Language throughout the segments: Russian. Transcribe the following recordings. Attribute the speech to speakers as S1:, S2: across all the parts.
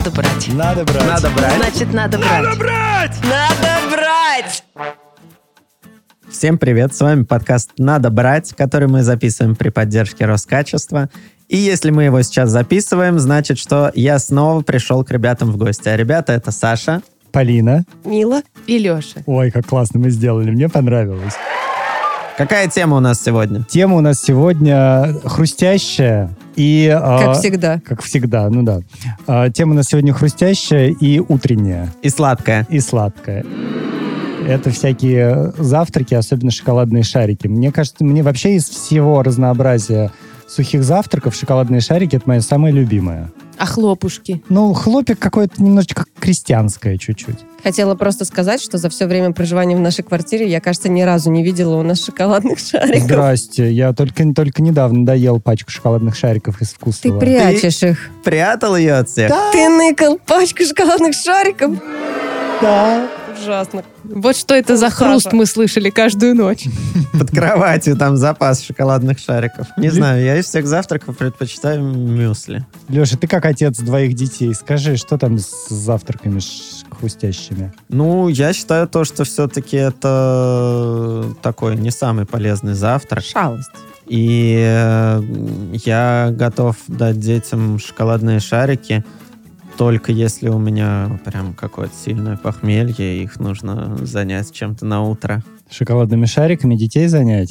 S1: Надо брать.
S2: Надо брать.
S3: Значит, надо брать.
S1: брать!
S3: Надо брать!
S2: Всем привет, с вами подкаст «Надо брать», который мы записываем при поддержке Роскачества. И если мы его сейчас записываем, значит, что я снова пришел к ребятам в гости. А ребята — это Саша,
S1: Полина.
S3: Мила и Леша.
S1: Ой, как классно мы сделали, мне понравилось.
S2: Какая тема у нас сегодня?
S1: Тема у нас сегодня хрустящая и... э,
S4: Как всегда.
S1: Как всегда, ну да. Э, Тема у нас сегодня хрустящая и утренняя,
S2: И сладкая.
S1: и сладкая. Это всякие завтраки, особенно шоколадные шарики. Мне кажется, мне вообще из всего разнообразия сухих завтраков шоколадные шарики — это мое самое любимое.
S4: А хлопушки?
S1: Ну, хлопик какое-то немножечко крестьянское чуть-чуть.
S4: Хотела просто сказать, что за все время проживания в нашей квартире я, кажется, ни разу не видела у нас шоколадных шариков.
S1: Здрасте, я только, только недавно доел пачку шоколадных шариков из
S4: Ты
S1: вкусного.
S4: прячешь их.
S2: Прятал ее от всех?
S4: Ты ныкал пачку шоколадных шариков.
S1: Да.
S4: Ужасно.
S5: Вот что это за
S4: Саша.
S5: хруст мы слышали каждую ночь.
S2: Под кроватью там запас шоколадных шариков. Не знаю, я из всех завтраков предпочитаю мюсли.
S1: Леша, ты как отец двоих детей, скажи, что там с завтраками ш- хрустящими?
S2: Ну, я считаю то, что все-таки это такой не самый полезный завтрак.
S4: Шалость.
S2: И э, я готов дать детям шоколадные шарики, только если у меня прям какое-то сильное похмелье, и их нужно занять чем-то на утро.
S1: Шоколадными шариками детей занять?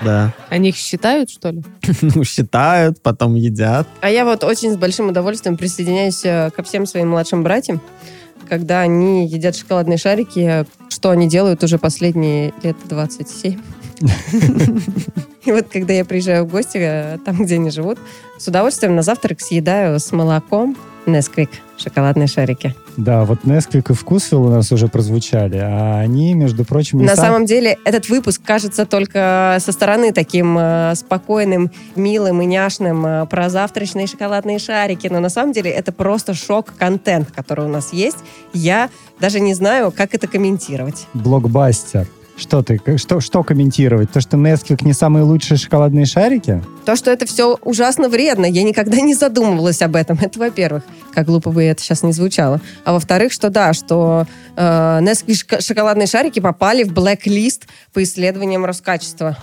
S2: Да.
S5: Они их считают, что ли?
S2: Ну, считают, потом едят.
S4: А я вот очень с большим удовольствием присоединяюсь э, ко всем своим младшим братьям, когда они едят шоколадные шарики, э, что они делают уже последние лет 27. И вот когда я приезжаю в гости, э, там, где они живут, с удовольствием на завтрак съедаю с молоком Несквик шоколадные шарики.
S1: Да, вот Несквик и Вкусвилл у нас уже прозвучали, а они, между прочим, не
S4: На
S1: сам-
S4: самом деле этот выпуск кажется только э, со стороны таким э, спокойным, милым и няшным э, про завтрачные шоколадные шарики, но на самом деле это просто шок-контент, который у нас есть. Я даже не знаю, как это комментировать.
S1: блокбастер. Что ты, к- что, что комментировать? То, что Несквик не самые лучшие шоколадные шарики?
S4: То, что это все ужасно вредно, я никогда не задумывалась об этом. Это, во-первых, как глупо бы это сейчас не звучало. А во-вторых, что да, что э, Nesquik шка- шоколадные шарики попали в блэк-лист по исследованиям Роскачества.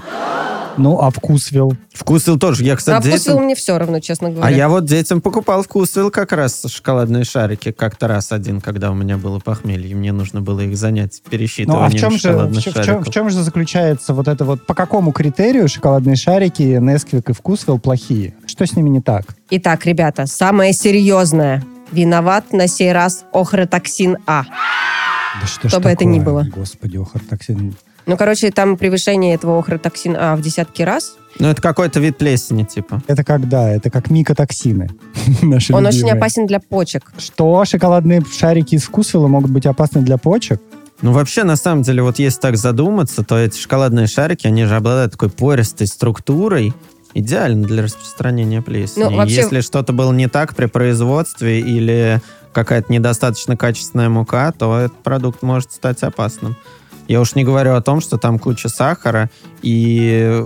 S1: Ну, а Вкусвилл?
S2: Вкусвилл тоже. Я,
S4: А
S2: кстати,
S4: вкусвилл
S2: детям...
S4: мне все равно, честно говоря.
S2: А я вот детям покупал вкусвилл как раз шоколадные шарики. Как-то раз один, когда у меня было похмелье, и мне нужно было их занять
S1: Ну,
S2: пересчитыванием
S1: а в чем, же, в,
S2: шоколадных
S1: чем, в
S2: шариков.
S1: чем- в чем же заключается вот это вот, по какому критерию шоколадные шарики, Несквик и Вкусвилл плохие? Что с ними не так?
S4: Итак, ребята, самое серьезное. Виноват на сей раз охротоксин А.
S1: Да что
S4: ж Чтобы это такое? ни было.
S1: Господи, охартоксин.
S4: Ну, короче, там превышение этого охротоксин А в десятки раз.
S2: Ну, это какой-то вид плесени, типа.
S1: Это когда? Это как микотоксины. Наши
S4: Он очень
S1: любимые.
S4: опасен для почек.
S1: Что шоколадные шарики из Вкусвилла могут быть опасны для почек?
S2: Ну, вообще, на самом деле, вот если так задуматься, то эти шоколадные шарики, они же обладают такой пористой структурой, идеально для распространения плесени.
S4: Ну, вообще-
S2: Если что-то было не так при производстве или какая-то недостаточно качественная мука, то этот продукт может стать опасным. Я уж не говорю о том, что там куча сахара, и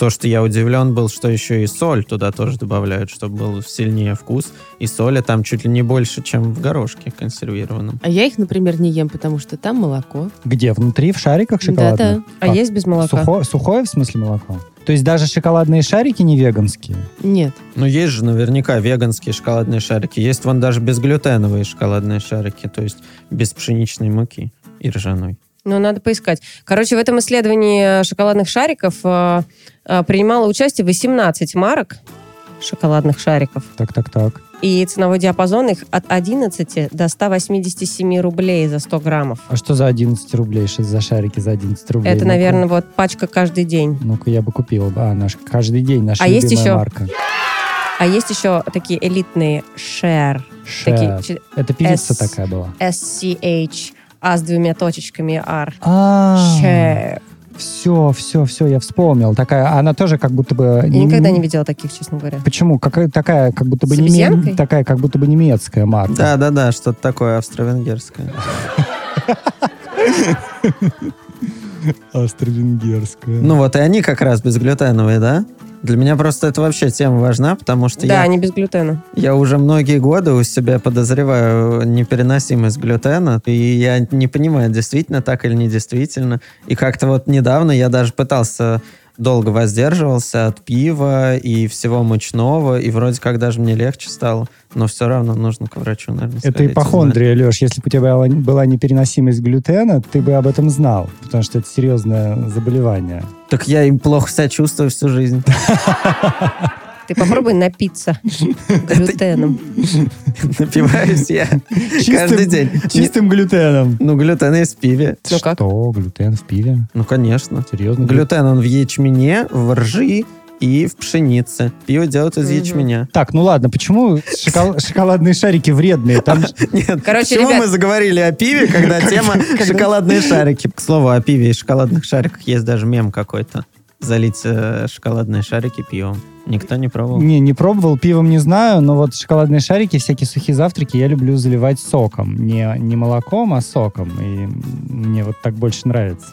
S2: то, что я удивлен был, что еще и соль туда тоже добавляют, чтобы был сильнее вкус, и соли там чуть ли не больше, чем в горошке консервированном.
S5: А я их, например, не ем, потому что там молоко.
S1: Где? Внутри, в шариках шоколадных?
S5: Да-да.
S4: А,
S1: Как?
S4: есть без молока?
S1: Сухо- сухое, в смысле, молоко? То есть даже шоколадные шарики не веганские?
S5: Нет.
S2: Ну, есть же наверняка веганские шоколадные шарики. Есть вон даже безглютеновые шоколадные шарики, то есть без пшеничной муки и ржаной.
S4: Ну, надо поискать. Короче, в этом исследовании э, шоколадных шариков э, э, принимало участие 18 марок шоколадных шариков.
S1: Так-так-так.
S4: И ценовой диапазон их от 11 до 187 рублей за 100 граммов.
S1: А что за 11 рублей? Что за шарики за 11 рублей? Ну,
S4: Это,
S1: Ну-ка.
S4: наверное, вот пачка каждый день.
S1: Ну-ка, я бы купил. А, наш каждый день наша
S4: А есть
S1: любимая
S4: еще?
S1: марка.
S4: А есть еще такие элитные шер.
S1: Шеф.
S4: Такие ч-
S1: Это певица
S4: С.
S1: такая была.
S4: SCH, А с двумя точечками R.
S1: А,
S4: Share.
S1: все, все, все, я вспомнил. Такая, она тоже как будто бы...
S4: Я никогда не видела таких, честно говоря.
S1: Почему? Какая, такая, как будто бы
S4: С
S1: неме-
S4: обезьянкой?
S1: такая, как будто бы немецкая марка.
S2: Да-да-да, что-то такое австро-венгерское.
S1: Астровенгерская.
S2: Ну вот и они как раз безглютеновые, да? Для меня просто это вообще тема важна, потому что
S4: Да,
S2: я,
S4: они без глютена.
S2: я уже многие годы у себя подозреваю непереносимость глютена, и я не понимаю, действительно так или не действительно. И как-то вот недавно я даже пытался долго воздерживался от пива и всего мучного, и вроде как даже мне легче стало, но все равно нужно к врачу, наверное,
S1: Это
S2: сходить,
S1: ипохондрия, Леш. Если бы у тебя была- была непереносимость глютена, ты бы об этом знал, потому что это серьезное заболевание.
S2: узнать. Так я им плохо себя чувствую всю жизнь.
S4: Ты попробуй напиться глютеном.
S2: Напиваюсь я каждый день.
S1: Чистым глютеном.
S2: Ну, глютен есть в пиве.
S4: Ну как?
S1: Что? Глютен в пиве?
S2: Ну, конечно.
S1: Серьезно?
S2: Глютен, он в ячмене, в ржи и в пшенице. Пиво делают из
S4: Мгм.
S2: ячменя.
S1: Так, ну ладно, почему шокол- шоколадные шарики вредные? Там
S2: Нет,
S4: Короче,
S2: почему
S4: ребят-
S2: мы заговорили о пиве, когда тема шоколадные шарики? К слову, о пиве и шоколадных шариках есть даже мем какой-то. Залить э, шоколадные шарики пивом. Никто не пробовал.
S1: Не, не пробовал, пивом не знаю, но вот шоколадные шарики, всякие сухие завтраки я люблю заливать соком. Не, не молоком, а соком. И мне вот так больше нравится.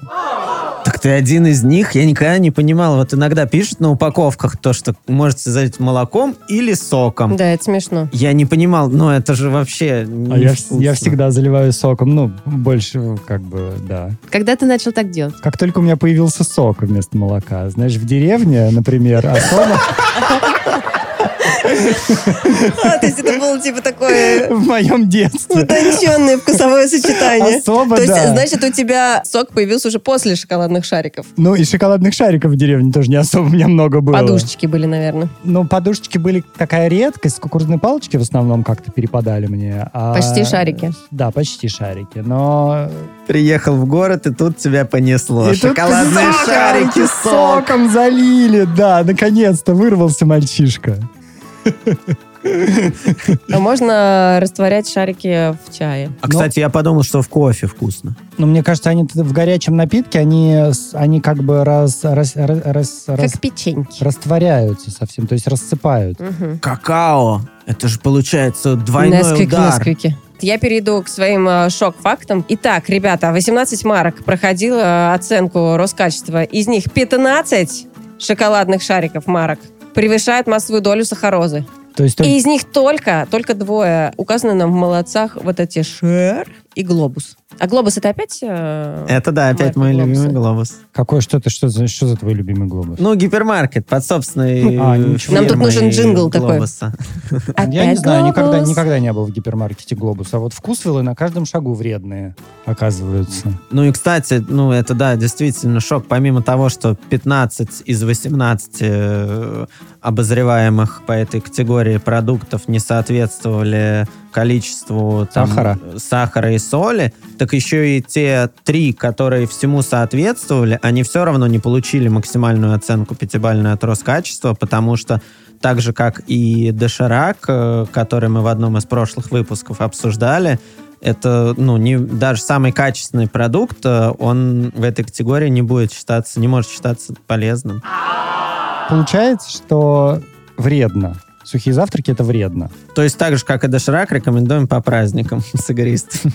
S2: Так ты один из них, я никогда не понимал. Вот иногда пишут на упаковках то, что можете залить молоком или соком.
S4: Да, это смешно.
S2: Я не понимал, но это же вообще
S1: А я, вс-
S2: невкусно.
S1: я всегда заливаю соком, ну, больше как бы, да.
S5: Когда ты начал так делать?
S1: Как только у меня появился сок вместо молока, знаешь, в деревне, например, особо
S4: А, то есть это было типа такое
S1: в моем детстве.
S4: утонченное вкусовое сочетание.
S1: Особо,
S4: То есть,
S1: да.
S4: значит, у тебя сок появился уже после шоколадных шариков.
S1: Ну и шоколадных шариков в деревне тоже не особо у меня много было.
S4: Подушечки были, наверное.
S1: Ну, подушечки были такая редкость, кукурузные палочки в основном как-то перепадали мне. а-
S4: Почти шарики.
S1: Да, почти шарики, но...
S2: Приехал в город, и тут тебя понесло.
S1: И тут
S2: Шоколадные
S4: а
S1: соком,
S2: шарики, сок.
S1: Соком залили, да, наконец-то вырвался мальчишка.
S4: А можно растворять шарики в чае.
S2: А,
S1: Ну.
S2: кстати, я подумал, что в кофе вкусно.
S1: Но Ну, мне кажется, они т- в горячем напитке, они, с- они как бы раз, раз, раз, раз- раз-
S4: Как печеньки.
S1: растворяются совсем, то есть рассыпают.
S4: Мгм.
S2: Какао. Это же получается двойной
S4: Несквик,
S2: удар.
S4: Несквики. Я перейду к своим э, шок-фактам. Итак, ребята, 18 марок проходила оценку Роскачества. Из них 15 шоколадных шариков марок превышает массовую долю сахарозы.
S1: То есть
S4: И из них только, только двое указаны нам в молодцах вот эти шер и глобус. А глобус это опять... э,
S2: Это да, опять
S4: Марка
S2: мой
S4: глобуса.
S2: любимый глобус.
S1: какое что-то, что, за- что за твой любимый глобус?
S2: Ну, гипермаркет под собственной
S1: А,
S2: э,
S1: ничего. Нам
S4: тут
S2: фирмой
S4: нужен джингл такой.
S2: глобуса.
S4: опять
S1: Э, Я не знаю, никогда,
S4: глобус?
S1: никогда не был в гипермаркете глобус. А вот вкусвиллы на каждом шагу вредные, оказываются.
S2: Ну и, кстати, ну это, да, действительно шок. Помимо того, что 15 из 18 э, обозреваемых по этой категории продуктов не соответствовали количеству там,
S1: Сахара.
S2: сахара и соли, так еще и те три, которые всему соответствовали, они все равно не получили максимальную оценку пятибальную от Роскачества, потому что так же, как и доширак, э, который мы в одном из прошлых выпусков обсуждали, это, ну, не, даже самый качественный продукт, э, он в этой категории не будет считаться, не может считаться полезным.
S1: Получается, что вредно. Сухие завтраки это вредно.
S2: То есть так же, как и доширак, рекомендуем по праздникам с игристом.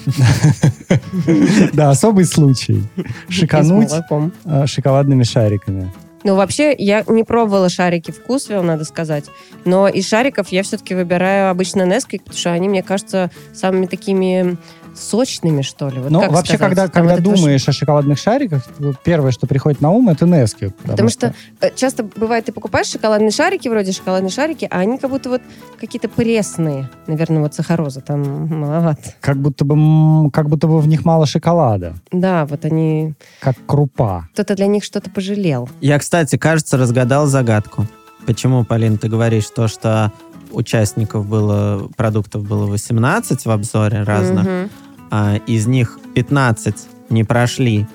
S1: Да, особый случай.
S4: И с
S1: Шикануть
S4: молоком.
S1: э, шоколадными шариками.
S4: Ну, вообще, я не пробовала шарики вкусвилл, надо сказать. Но из шариков я все-таки выбираю обычно Несквик, потому что они, мне кажется, самыми такими сочными, что ли. Вот
S1: Но
S4: как
S1: Ну, вообще,
S4: сказать?
S1: когда,
S4: Там
S1: когда
S4: вот это вот
S1: думаешь о шоколадных шариках, первое, что приходит на ум, это Несквик.
S4: Потому что э, часто бывает, ты покупаешь шоколадные шарики, вроде шоколадные шарики, а они как будто вот какие-то пресные. Наверное, вот сахароза там маловато.
S1: как будто бы м, как будто бы в них мало шоколада,
S4: Да, вот они...
S1: как крупа.
S4: Кто-то для них что-то пожалел.
S2: Я, кстати, кажется, разгадал загадку. Почему, Полин, ты говоришь то, что участников было, продуктов было 18 в обзоре разных,
S4: Мгм.
S2: а из них 15 не прошли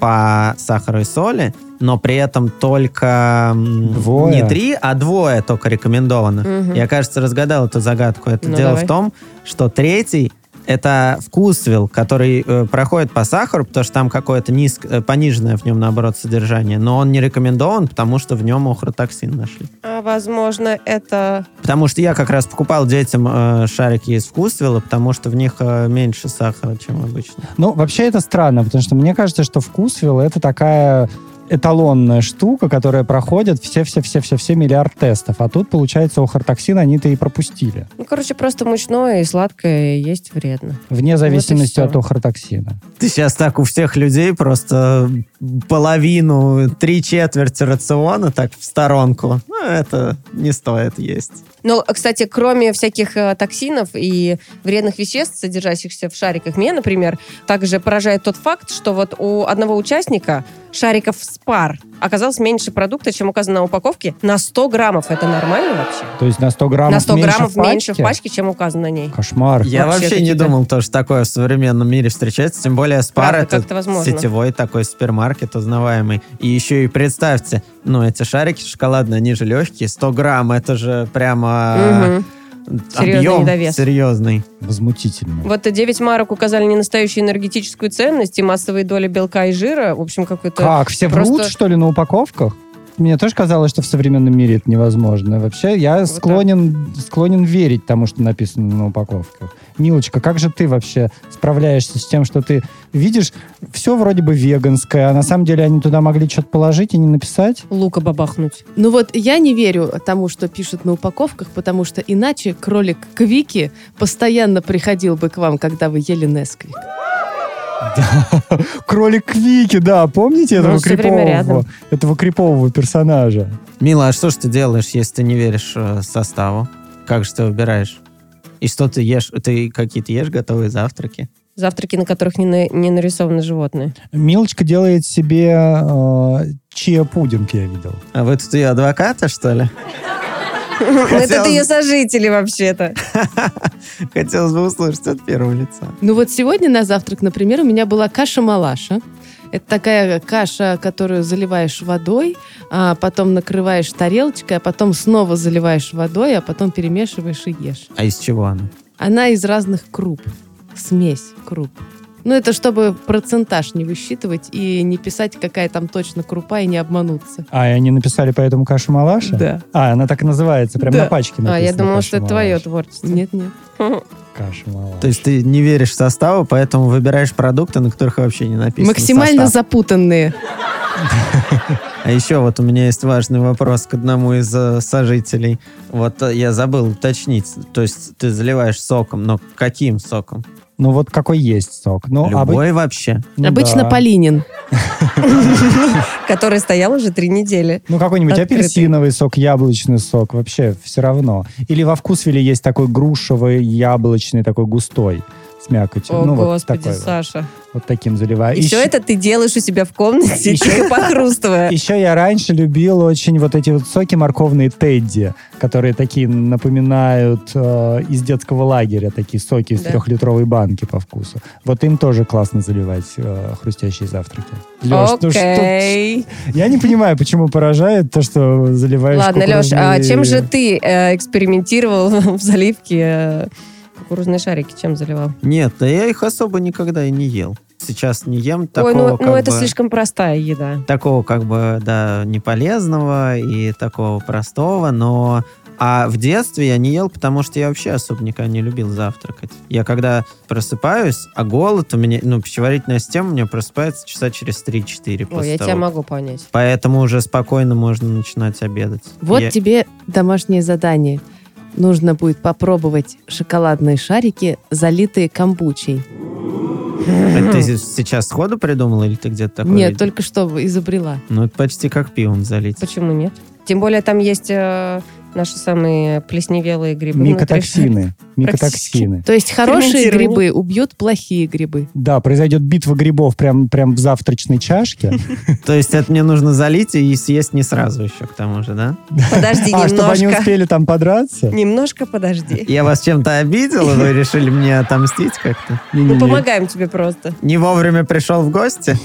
S2: по сахару и соли, но при этом только м,
S1: Двое.
S2: не три, а двое только рекомендованных.
S4: Мгм.
S2: Я, кажется, разгадал эту загадку. Это
S4: Ну,
S2: дело
S4: давай.
S2: в том, что третий это вкусвилл, который э, проходит по сахару, потому что там какое-то низк, э, пониженное в нем, наоборот, содержание. Но он не рекомендован, потому что в нем охротоксин нашли.
S4: А, возможно, это...
S2: Потому что я как раз покупал детям э, шарики из вкусвилла, потому что в них э, меньше сахара, чем обычно.
S1: Ну, вообще это странно, потому что мне кажется, что вкусвилл это такая эталонная штука, которая проходит все-все-все-все-все миллиард тестов. А тут, получается, у хортоксина они-то и пропустили.
S4: Ну, короче, просто мучное и сладкое есть вредно.
S1: Вне зависимости
S4: всё.
S1: от охротоксина.
S2: Ты сейчас так у всех людей просто половину, три четверти рациона так в сторонку. Ну, это не стоит есть.
S4: Но, Ну, кстати, кроме всяких э, токсинов и вредных веществ, содержащихся в шариках, меня, например, также поражает тот факт, что вот у одного участника шариков с пар оказалось меньше продукта, чем указано на упаковке, на 100 граммов. Это нормально вообще?
S1: То есть на 100 граммов
S4: на 100
S1: меньше
S4: граммов
S1: в пачке?
S4: меньше в пачке, чем указано на ней.
S1: Кошмар.
S2: Я
S4: Вообще
S2: вообще, не
S4: такие, да.
S2: думал, то, что такое в современном мире встречается. Тем более Спар
S4: Правда,
S2: это
S4: как-то возможно.
S2: сетевой такой супермаркет узнаваемый. И еще и представьте, ну эти шарики шоколадные, они же легкие, 100 грамм, это же
S1: А.
S2: прямо а,
S4: Мгм. Серьезный
S2: объем
S4: недовес.
S2: серьезный.
S1: Возмутительно.
S4: Вот 9 марок указали не настоящую энергетическую ценность и массовые доли белка и жира. В общем, какой-то...
S1: Как? Все врут,
S4: просто-
S1: что ли, на упаковках? Мне тоже казалось, что в современном мире это невозможно. Вообще, я
S4: Вот
S1: склонен, склонен верить тому, что написано на упаковках. Милочка, как же ты вообще справляешься с тем, что ты видишь, все вроде бы веганское, а на самом деле они туда могли что-то положить и не написать?
S4: Лука бабахнуть.
S5: Ну вот я не верю тому, что пишут на упаковках, потому что иначе кролик Квики постоянно приходил бы к вам, когда вы ели Несквик.
S1: Кролик Квики, да, помните
S4: Ну,
S1: этого
S4: всё время
S1: крипового,
S4: рядом.
S1: этого крипового персонажа?
S2: Мила, а что ж ты делаешь, если ты не веришь э, составу? Как же ты выбираешь? И что ты ешь? Ты какие-то ешь готовые завтраки?
S4: Завтраки, на которых не, на- не нарисованы животные.
S1: Милочка делает себе э, чиа-пудинг, я видел.
S2: А вы тут ее адвоката, что ли?
S4: Ну, это
S2: Хотел-
S4: ты ее сожители вообще-то.
S2: Хотелось бы услышать от первого лица.
S5: Ну вот сегодня на завтрак, например, у меня была каша-малаша. Это такая каша, которую заливаешь водой, а потом накрываешь тарелочкой, а потом снова заливаешь водой, а потом перемешиваешь и ешь.
S2: А из чего она?
S5: Она из разных круп. Смесь круп. Ну, это чтобы процентаж не высчитывать и не писать, какая там точно крупа, и не обмануться.
S1: А, и они написали поэтому кашу-малаша?
S5: Да.
S1: А, она так и называется, прям на
S5: Да.
S1: пачке написано.
S4: А, я думала, что это твое
S1: «Каша-малаш».
S4: творчество.
S5: Нет-нет.
S1: Каша-малаш.
S2: То есть ты не веришь в составу, поэтому выбираешь продукты, на которых вообще не написано
S5: Максимально
S2: состав.
S5: запутанные.
S2: А еще вот у меня есть важный вопрос к одному из э, сожителей. Вот э, я забыл уточнить. То есть ты заливаешь соком, но каким соком?
S1: Ну вот какой есть сок. Ну, обы-
S2: Любой вообще?
S1: ну
S5: Обычно
S1: да.
S5: Полинин.
S4: Который стоял уже три недели.
S1: Ну какой-нибудь
S4: Открытый.
S1: апельсиновый сок, яблочный сок, вообще все равно. Или во вкусвиле есть такой грушевый, яблочный, такой густой с мякотью.
S4: О,
S1: ну, вот
S4: господи,
S1: такой вот.
S4: Саша.
S1: вот. таким заливаю.
S4: И все это ты делаешь у себя в комнате, только похрустывая.
S1: Еще я раньше любил очень вот эти вот соки морковные Тедди, которые такие напоминают э, из детского лагеря, такие соки из
S4: Да.
S1: трехлитровой банки по вкусу. Вот им тоже классно заливать э, хрустящие завтраки. Лёш, ну что-
S4: Окей.
S1: я не понимаю, почему поражает то, что заливаешь
S4: Ладно, Леш, а
S1: кукурузные-
S4: чем же ты э, экспериментировал в заливке э, кукурузные шарики? Чем заливал?
S2: Нет, да я их особо никогда и не ел. Сейчас не ем такого,
S4: Ой, ну,
S2: как
S4: ну это
S2: бы-
S4: слишком простая еда.
S2: такого как бы, да, неполезного и такого простого, но... А в детстве я не ел, потому что я вообще особо никогда не любил завтракать. Я когда просыпаюсь, а голод у меня, ну, пищеварительная система у меня просыпается часа через 3-4 после
S4: Ой, я
S2: того.
S4: тебя могу понять.
S2: Поэтому уже спокойно можно начинать обедать.
S5: Вот
S2: Я-
S5: тебе домашнее задание. Нужно будет попробовать шоколадные шарики, залитые камбучей.
S2: А Ты с- сейчас сходу придумал или ты где-то такое?
S5: Нет,
S2: видел?
S5: только что изобрела.
S2: Ну, это почти как пивом залить.
S4: Почему нет? Тем более там есть э, наши самые плесневелые грибы. внутри шарика.
S1: Микотоксины. Микотоксины.
S5: То есть хорошие
S4: Ферментирование.
S5: грибы убьют плохие грибы.
S1: Да, произойдет битва грибов прям, прям в завтрачной чашке.
S2: То есть это мне нужно залить и съесть не сразу еще, к тому же, да?
S4: Подожди
S1: А, чтобы они
S4: немножко.
S1: успели там подраться?
S4: Немножко подожди.
S2: Я вас чем-то обидел, и вы решили мне отомстить как-то?
S4: Мы
S1: Не-не-не.
S4: Ну, помогаем тебе просто.
S2: Не вовремя пришел в гости?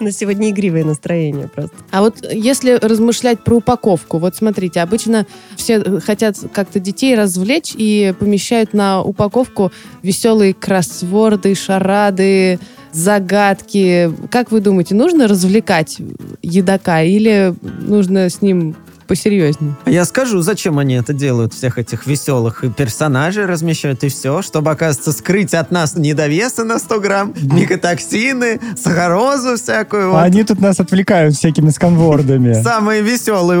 S4: На сегодня игривое настроение просто.
S5: А вот если размышлять про упаковку, вот смотрите, обычно все хотят как-то детей развлечь и помещают на упаковку веселые кроссворды, шарады, загадки. Как вы думаете, нужно развлекать едока или нужно с ним посерьезнее.
S2: Я скажу, зачем они это делают, всех этих веселых и персонажей размещают, и все, чтобы, оказывается, скрыть от нас недовесы на 100 грамм, микотоксины, сахарозу всякую.
S1: А
S2: вот.
S1: они тут нас отвлекают всякими сканвордами.
S2: Самые веселые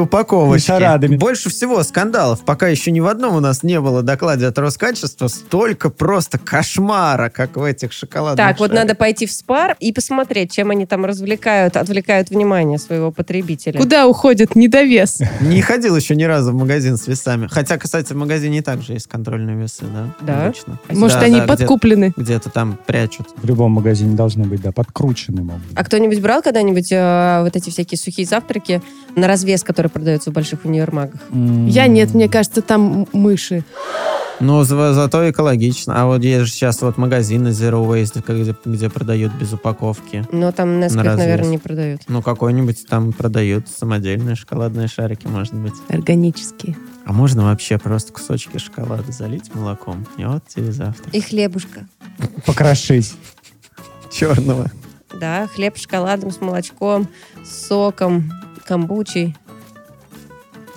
S1: И
S2: упаковочки.
S1: шарадами.
S2: Больше всего скандалов. Пока еще ни в одном у нас не было докладе от Роскачества. Столько просто кошмара, как в этих шоколадных
S4: Так, вот
S2: шариках.
S4: надо пойти в спар и посмотреть, чем они там развлекают, отвлекают внимание своего потребителя.
S5: Куда уходит недовес?
S2: Не ходил еще ни разу в магазин с весами. Хотя, кстати, в магазине также есть контрольные весы, да?
S4: Да.
S2: Обычно.
S5: Может,
S2: Да,
S5: они
S2: да, где-то-
S5: подкуплены?
S2: Где-то там прячут.
S1: В любом магазине должны быть, да, подкручены могут быть.
S4: А кто-нибудь брал когда-нибудь э, вот эти всякие сухие завтраки на развес, которые продаются в больших универмагах?
S1: М.
S5: Я нет, мне кажется, там м- мыши.
S2: Ну, за- зато экологично. А вот есть же сейчас вот магазины Zero Waste, где, где продают без упаковки.
S4: Но там Nesquik,
S2: развес.
S4: наверное, не продают.
S2: Ну, какой-нибудь там продают самодельные шоколадные шарики, может быть.
S5: Органические.
S2: А можно вообще просто кусочки шоколада залить молоком? И вот тебе завтра.
S4: И хлебушка.
S1: Покрошить.
S2: Черного.
S4: Да, хлеб с шоколадом, с молочком, с соком, камбучей.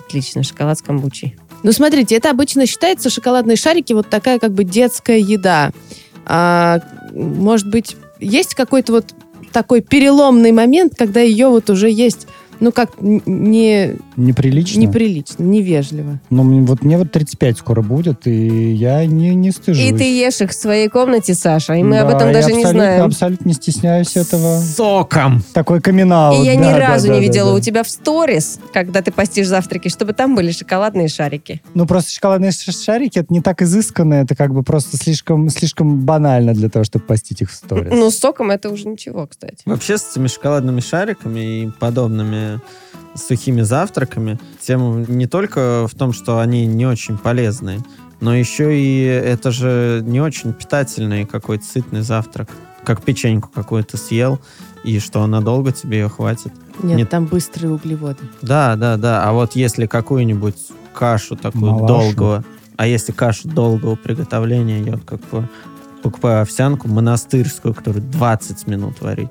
S4: Отлично, шоколад с камбучей.
S5: Ну, смотрите, это обычно считается шоколадные шарики, вот такая как бы детская еда. А, может быть, есть какой-то вот такой переломный момент, когда ее вот уже есть, ну, как н- не,
S1: Неприлично.
S5: неприлично, невежливо.
S1: Ну, мне- вот мне вот 35 скоро будет, и я не, не стыжусь.
S4: И ты ешь их в своей комнате, Саша, и мы об
S1: Да,
S4: этом
S1: я
S4: даже не
S1: абсолютно-
S4: знаем.
S1: абсолютно не стесняюсь этого.
S2: Соком!
S1: Такой
S4: И
S1: камин
S4: я ни разу не видела у тебя в сторис, когда ты постишь завтраки, чтобы там были шоколадные шарики.
S1: Ну, просто шоколадные ш- шарики, это не так изысканно, это как бы просто слишком, слишком банально для того, чтобы постить их в сторис.
S4: Ну, с соком это уже ничего, кстати.
S2: Вообще с этими шоколадными шариками и подобными сухими завтраками тема не только в том, что они не очень полезны, но еще и это же не очень питательный какой-то сытный завтрак. Как печеньку какую-то съел, и что надолго тебе ее хватит.
S5: Нет,
S2: Нет.
S5: там быстрые углеводы.
S2: Да, да, да. А вот если какую-нибудь кашу такую
S1: Малашу.
S2: долгую, а если кашу долгого приготовления, я вот как бы покупаю овсянку монастырскую, которую 20 минут варить.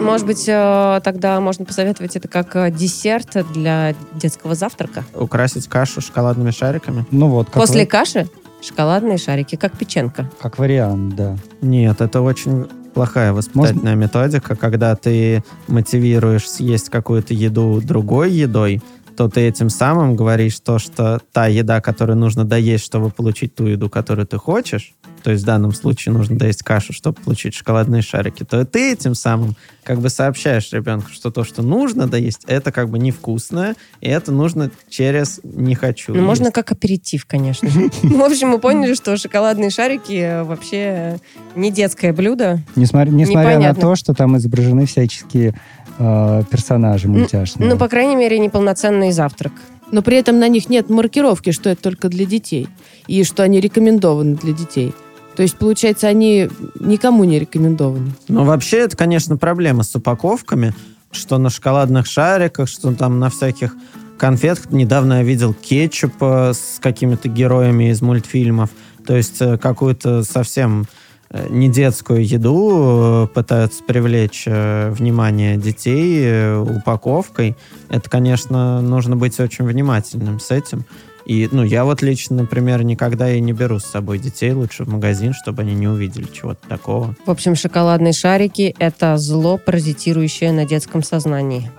S4: Может быть, э, тогда можно посоветовать это как э, десерт для детского завтрака.
S2: Украсить кашу шоколадными шариками?
S1: Ну вот, как,
S4: После
S1: ва-
S4: каши шоколадные шарики, как печенка.
S1: как вариант, да.
S2: Нет, это очень плохая воспитательная методика, когда ты мотивируешь съесть какую-то еду другой едой, то ты этим самым говоришь то, что та еда, которую нужно доесть, чтобы получить ту еду, которую ты хочешь, то есть в данном случае нужно доесть кашу, чтобы получить шоколадные шарики, то ты этим самым как бы сообщаешь ребенку, что то, что нужно доесть, это как бы невкусное, и это нужно через «не хочу».
S4: Ну, можно
S2: есть.
S4: как аперитив, конечно. Ну, В общем, мы поняли, что шоколадные шарики э, вообще не детское блюдо.
S1: Несмотря, несмотря на
S4: Непонятно.
S1: то, что там изображены всякие персонажи мультяшные.
S4: Ну, по крайней мере, неполноценный завтрак.
S5: Но при этом на них нет маркировки, что это только для детей. И что они рекомендованы для детей. То есть, получается, они никому не рекомендованы.
S2: Ну, вообще, это, конечно, проблема с упаковками, что на шоколадных шариках, что там на всяких конфетках. Недавно я видел кетчуп э, с какими-то героями из мультфильмов. То есть э, какую-то совсем э, не детскую еду э, пытаются привлечь э, внимание детей э, упаковкой. Это, конечно, нужно быть очень внимательным с этим. И, ну, я вот лично, например, никогда и не беру с собой детей лучше в магазин, чтобы они не увидели чего-то такого.
S4: В общем, шоколадные шарики – это зло, паразитирующее на детском сознании.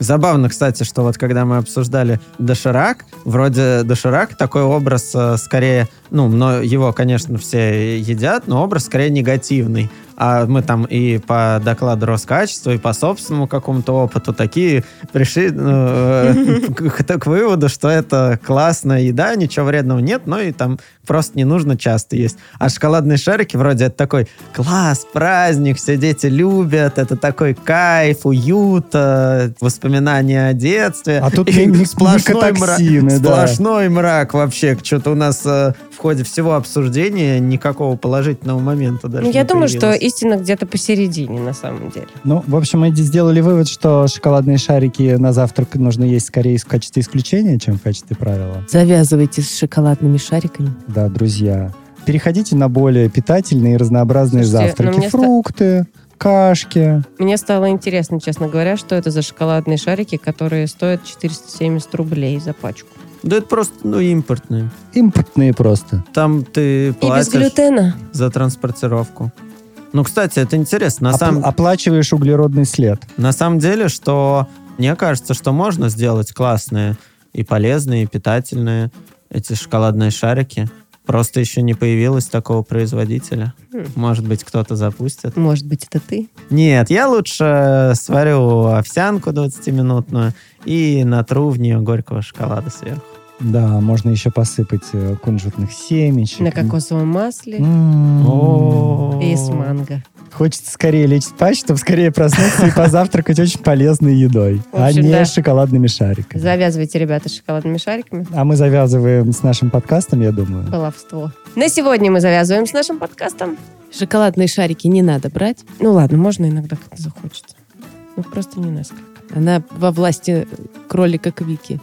S2: Забавно, кстати, что вот когда мы обсуждали доширак, вроде доширак такой образ э, скорее, ну, но его, конечно, все едят, но образ скорее негативный. А мы там и по докладу Роскачества, и по собственному какому-то опыту такие пришли э, к к- к выводу, что это классная еда, ничего вредного нет, но и там просто не нужно часто есть. А шоколадные шарики вроде это такой класс, праздник, все дети любят, это такой кайф, уют, э, воспоминания о детстве.
S1: А тут
S2: И
S1: ми- ми-
S2: сплошной мрак.
S1: микотоксины, да.
S2: Сплошной мрак вообще. Что-то у нас э, в ходе всего обсуждения никакого положительного момента даже
S4: Ну, я
S2: не
S4: думаю, что
S2: появилось.
S4: истина где-то посередине, на самом деле.
S1: Ну, в общем, мы сделали вывод, что шоколадные шарики на завтрак нужно есть скорее в качестве исключения, чем в качестве правила.
S5: Завязывайте с шоколадными шариками.
S1: Да, друзья. Переходите на более питательные и разнообразные
S4: Слушайте, ну
S1: завтраки.
S4: мне ста-
S1: Фрукты. кашки.
S4: Мне стало интересно, честно говоря, что это за шоколадные шарики, которые стоят 470 рублей за пачку.
S2: Да это просто, ну, импортные.
S1: Импортные просто.
S2: Там ты
S4: И без
S2: платишь
S4: глютена.
S2: за транспортировку. Ну, кстати, это интересно. На,
S1: Опла-
S2: самом,
S1: Оплачиваешь углеродный след.
S2: на самом деле, что мне кажется, что можно сделать классные и полезные, и питательные эти шоколадные шарики. Просто еще не появилось такого производителя.
S4: Хм.
S2: Может быть, кто-то запустит.
S4: Может быть, это ты?
S2: Нет, я лучше сварю овсянку 20-минутную и натру в нее горького шоколада сверху.
S1: Да, можно еще посыпать э, кунжутных семечек. М-м-м.
S4: На кокосовом масле
S1: М.
S2: О.
S4: и с манго.
S1: Хочется скорее лечь спать, чтобы скорее проснуться и позавтракать очень полезной едой,
S4: В
S1: а
S4: общем,
S1: не
S4: да.
S1: шоколадными шариками.
S4: Завязывайте, ребята, с шоколадными шариками.
S1: А мы завязываем с нашим подкастом, я думаю.
S4: Баловство. На сегодня мы завязываем с нашим подкастом.
S5: Шоколадные шарики не надо брать.
S4: Ну ладно, можно иногда, когда захочется. Ну просто не несколько.
S5: Она во власти кролика Квики.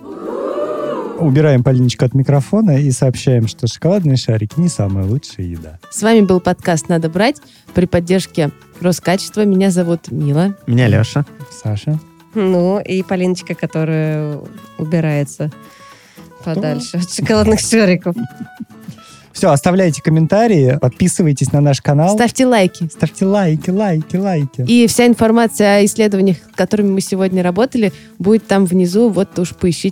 S1: Убираем Полиночку от микрофона и сообщаем, что шоколадные шарики не самая лучшая еда.
S5: С вами был подкаст «Надо брать» при поддержке Роскачества. Меня зовут Мила.
S2: Меня Леша.
S1: Саша?
S4: Ну и Полиночка, которая убирается
S2: Ну.
S4: подальше от шоколадных шариков.
S1: Все, оставляйте комментарии, подписывайтесь на наш канал.
S5: Ставьте лайки.
S1: Ставьте лайки, лайки, лайки.
S5: И вся информация о исследованиях, которыми мы сегодня работали, будет там внизу. Вот уж поищите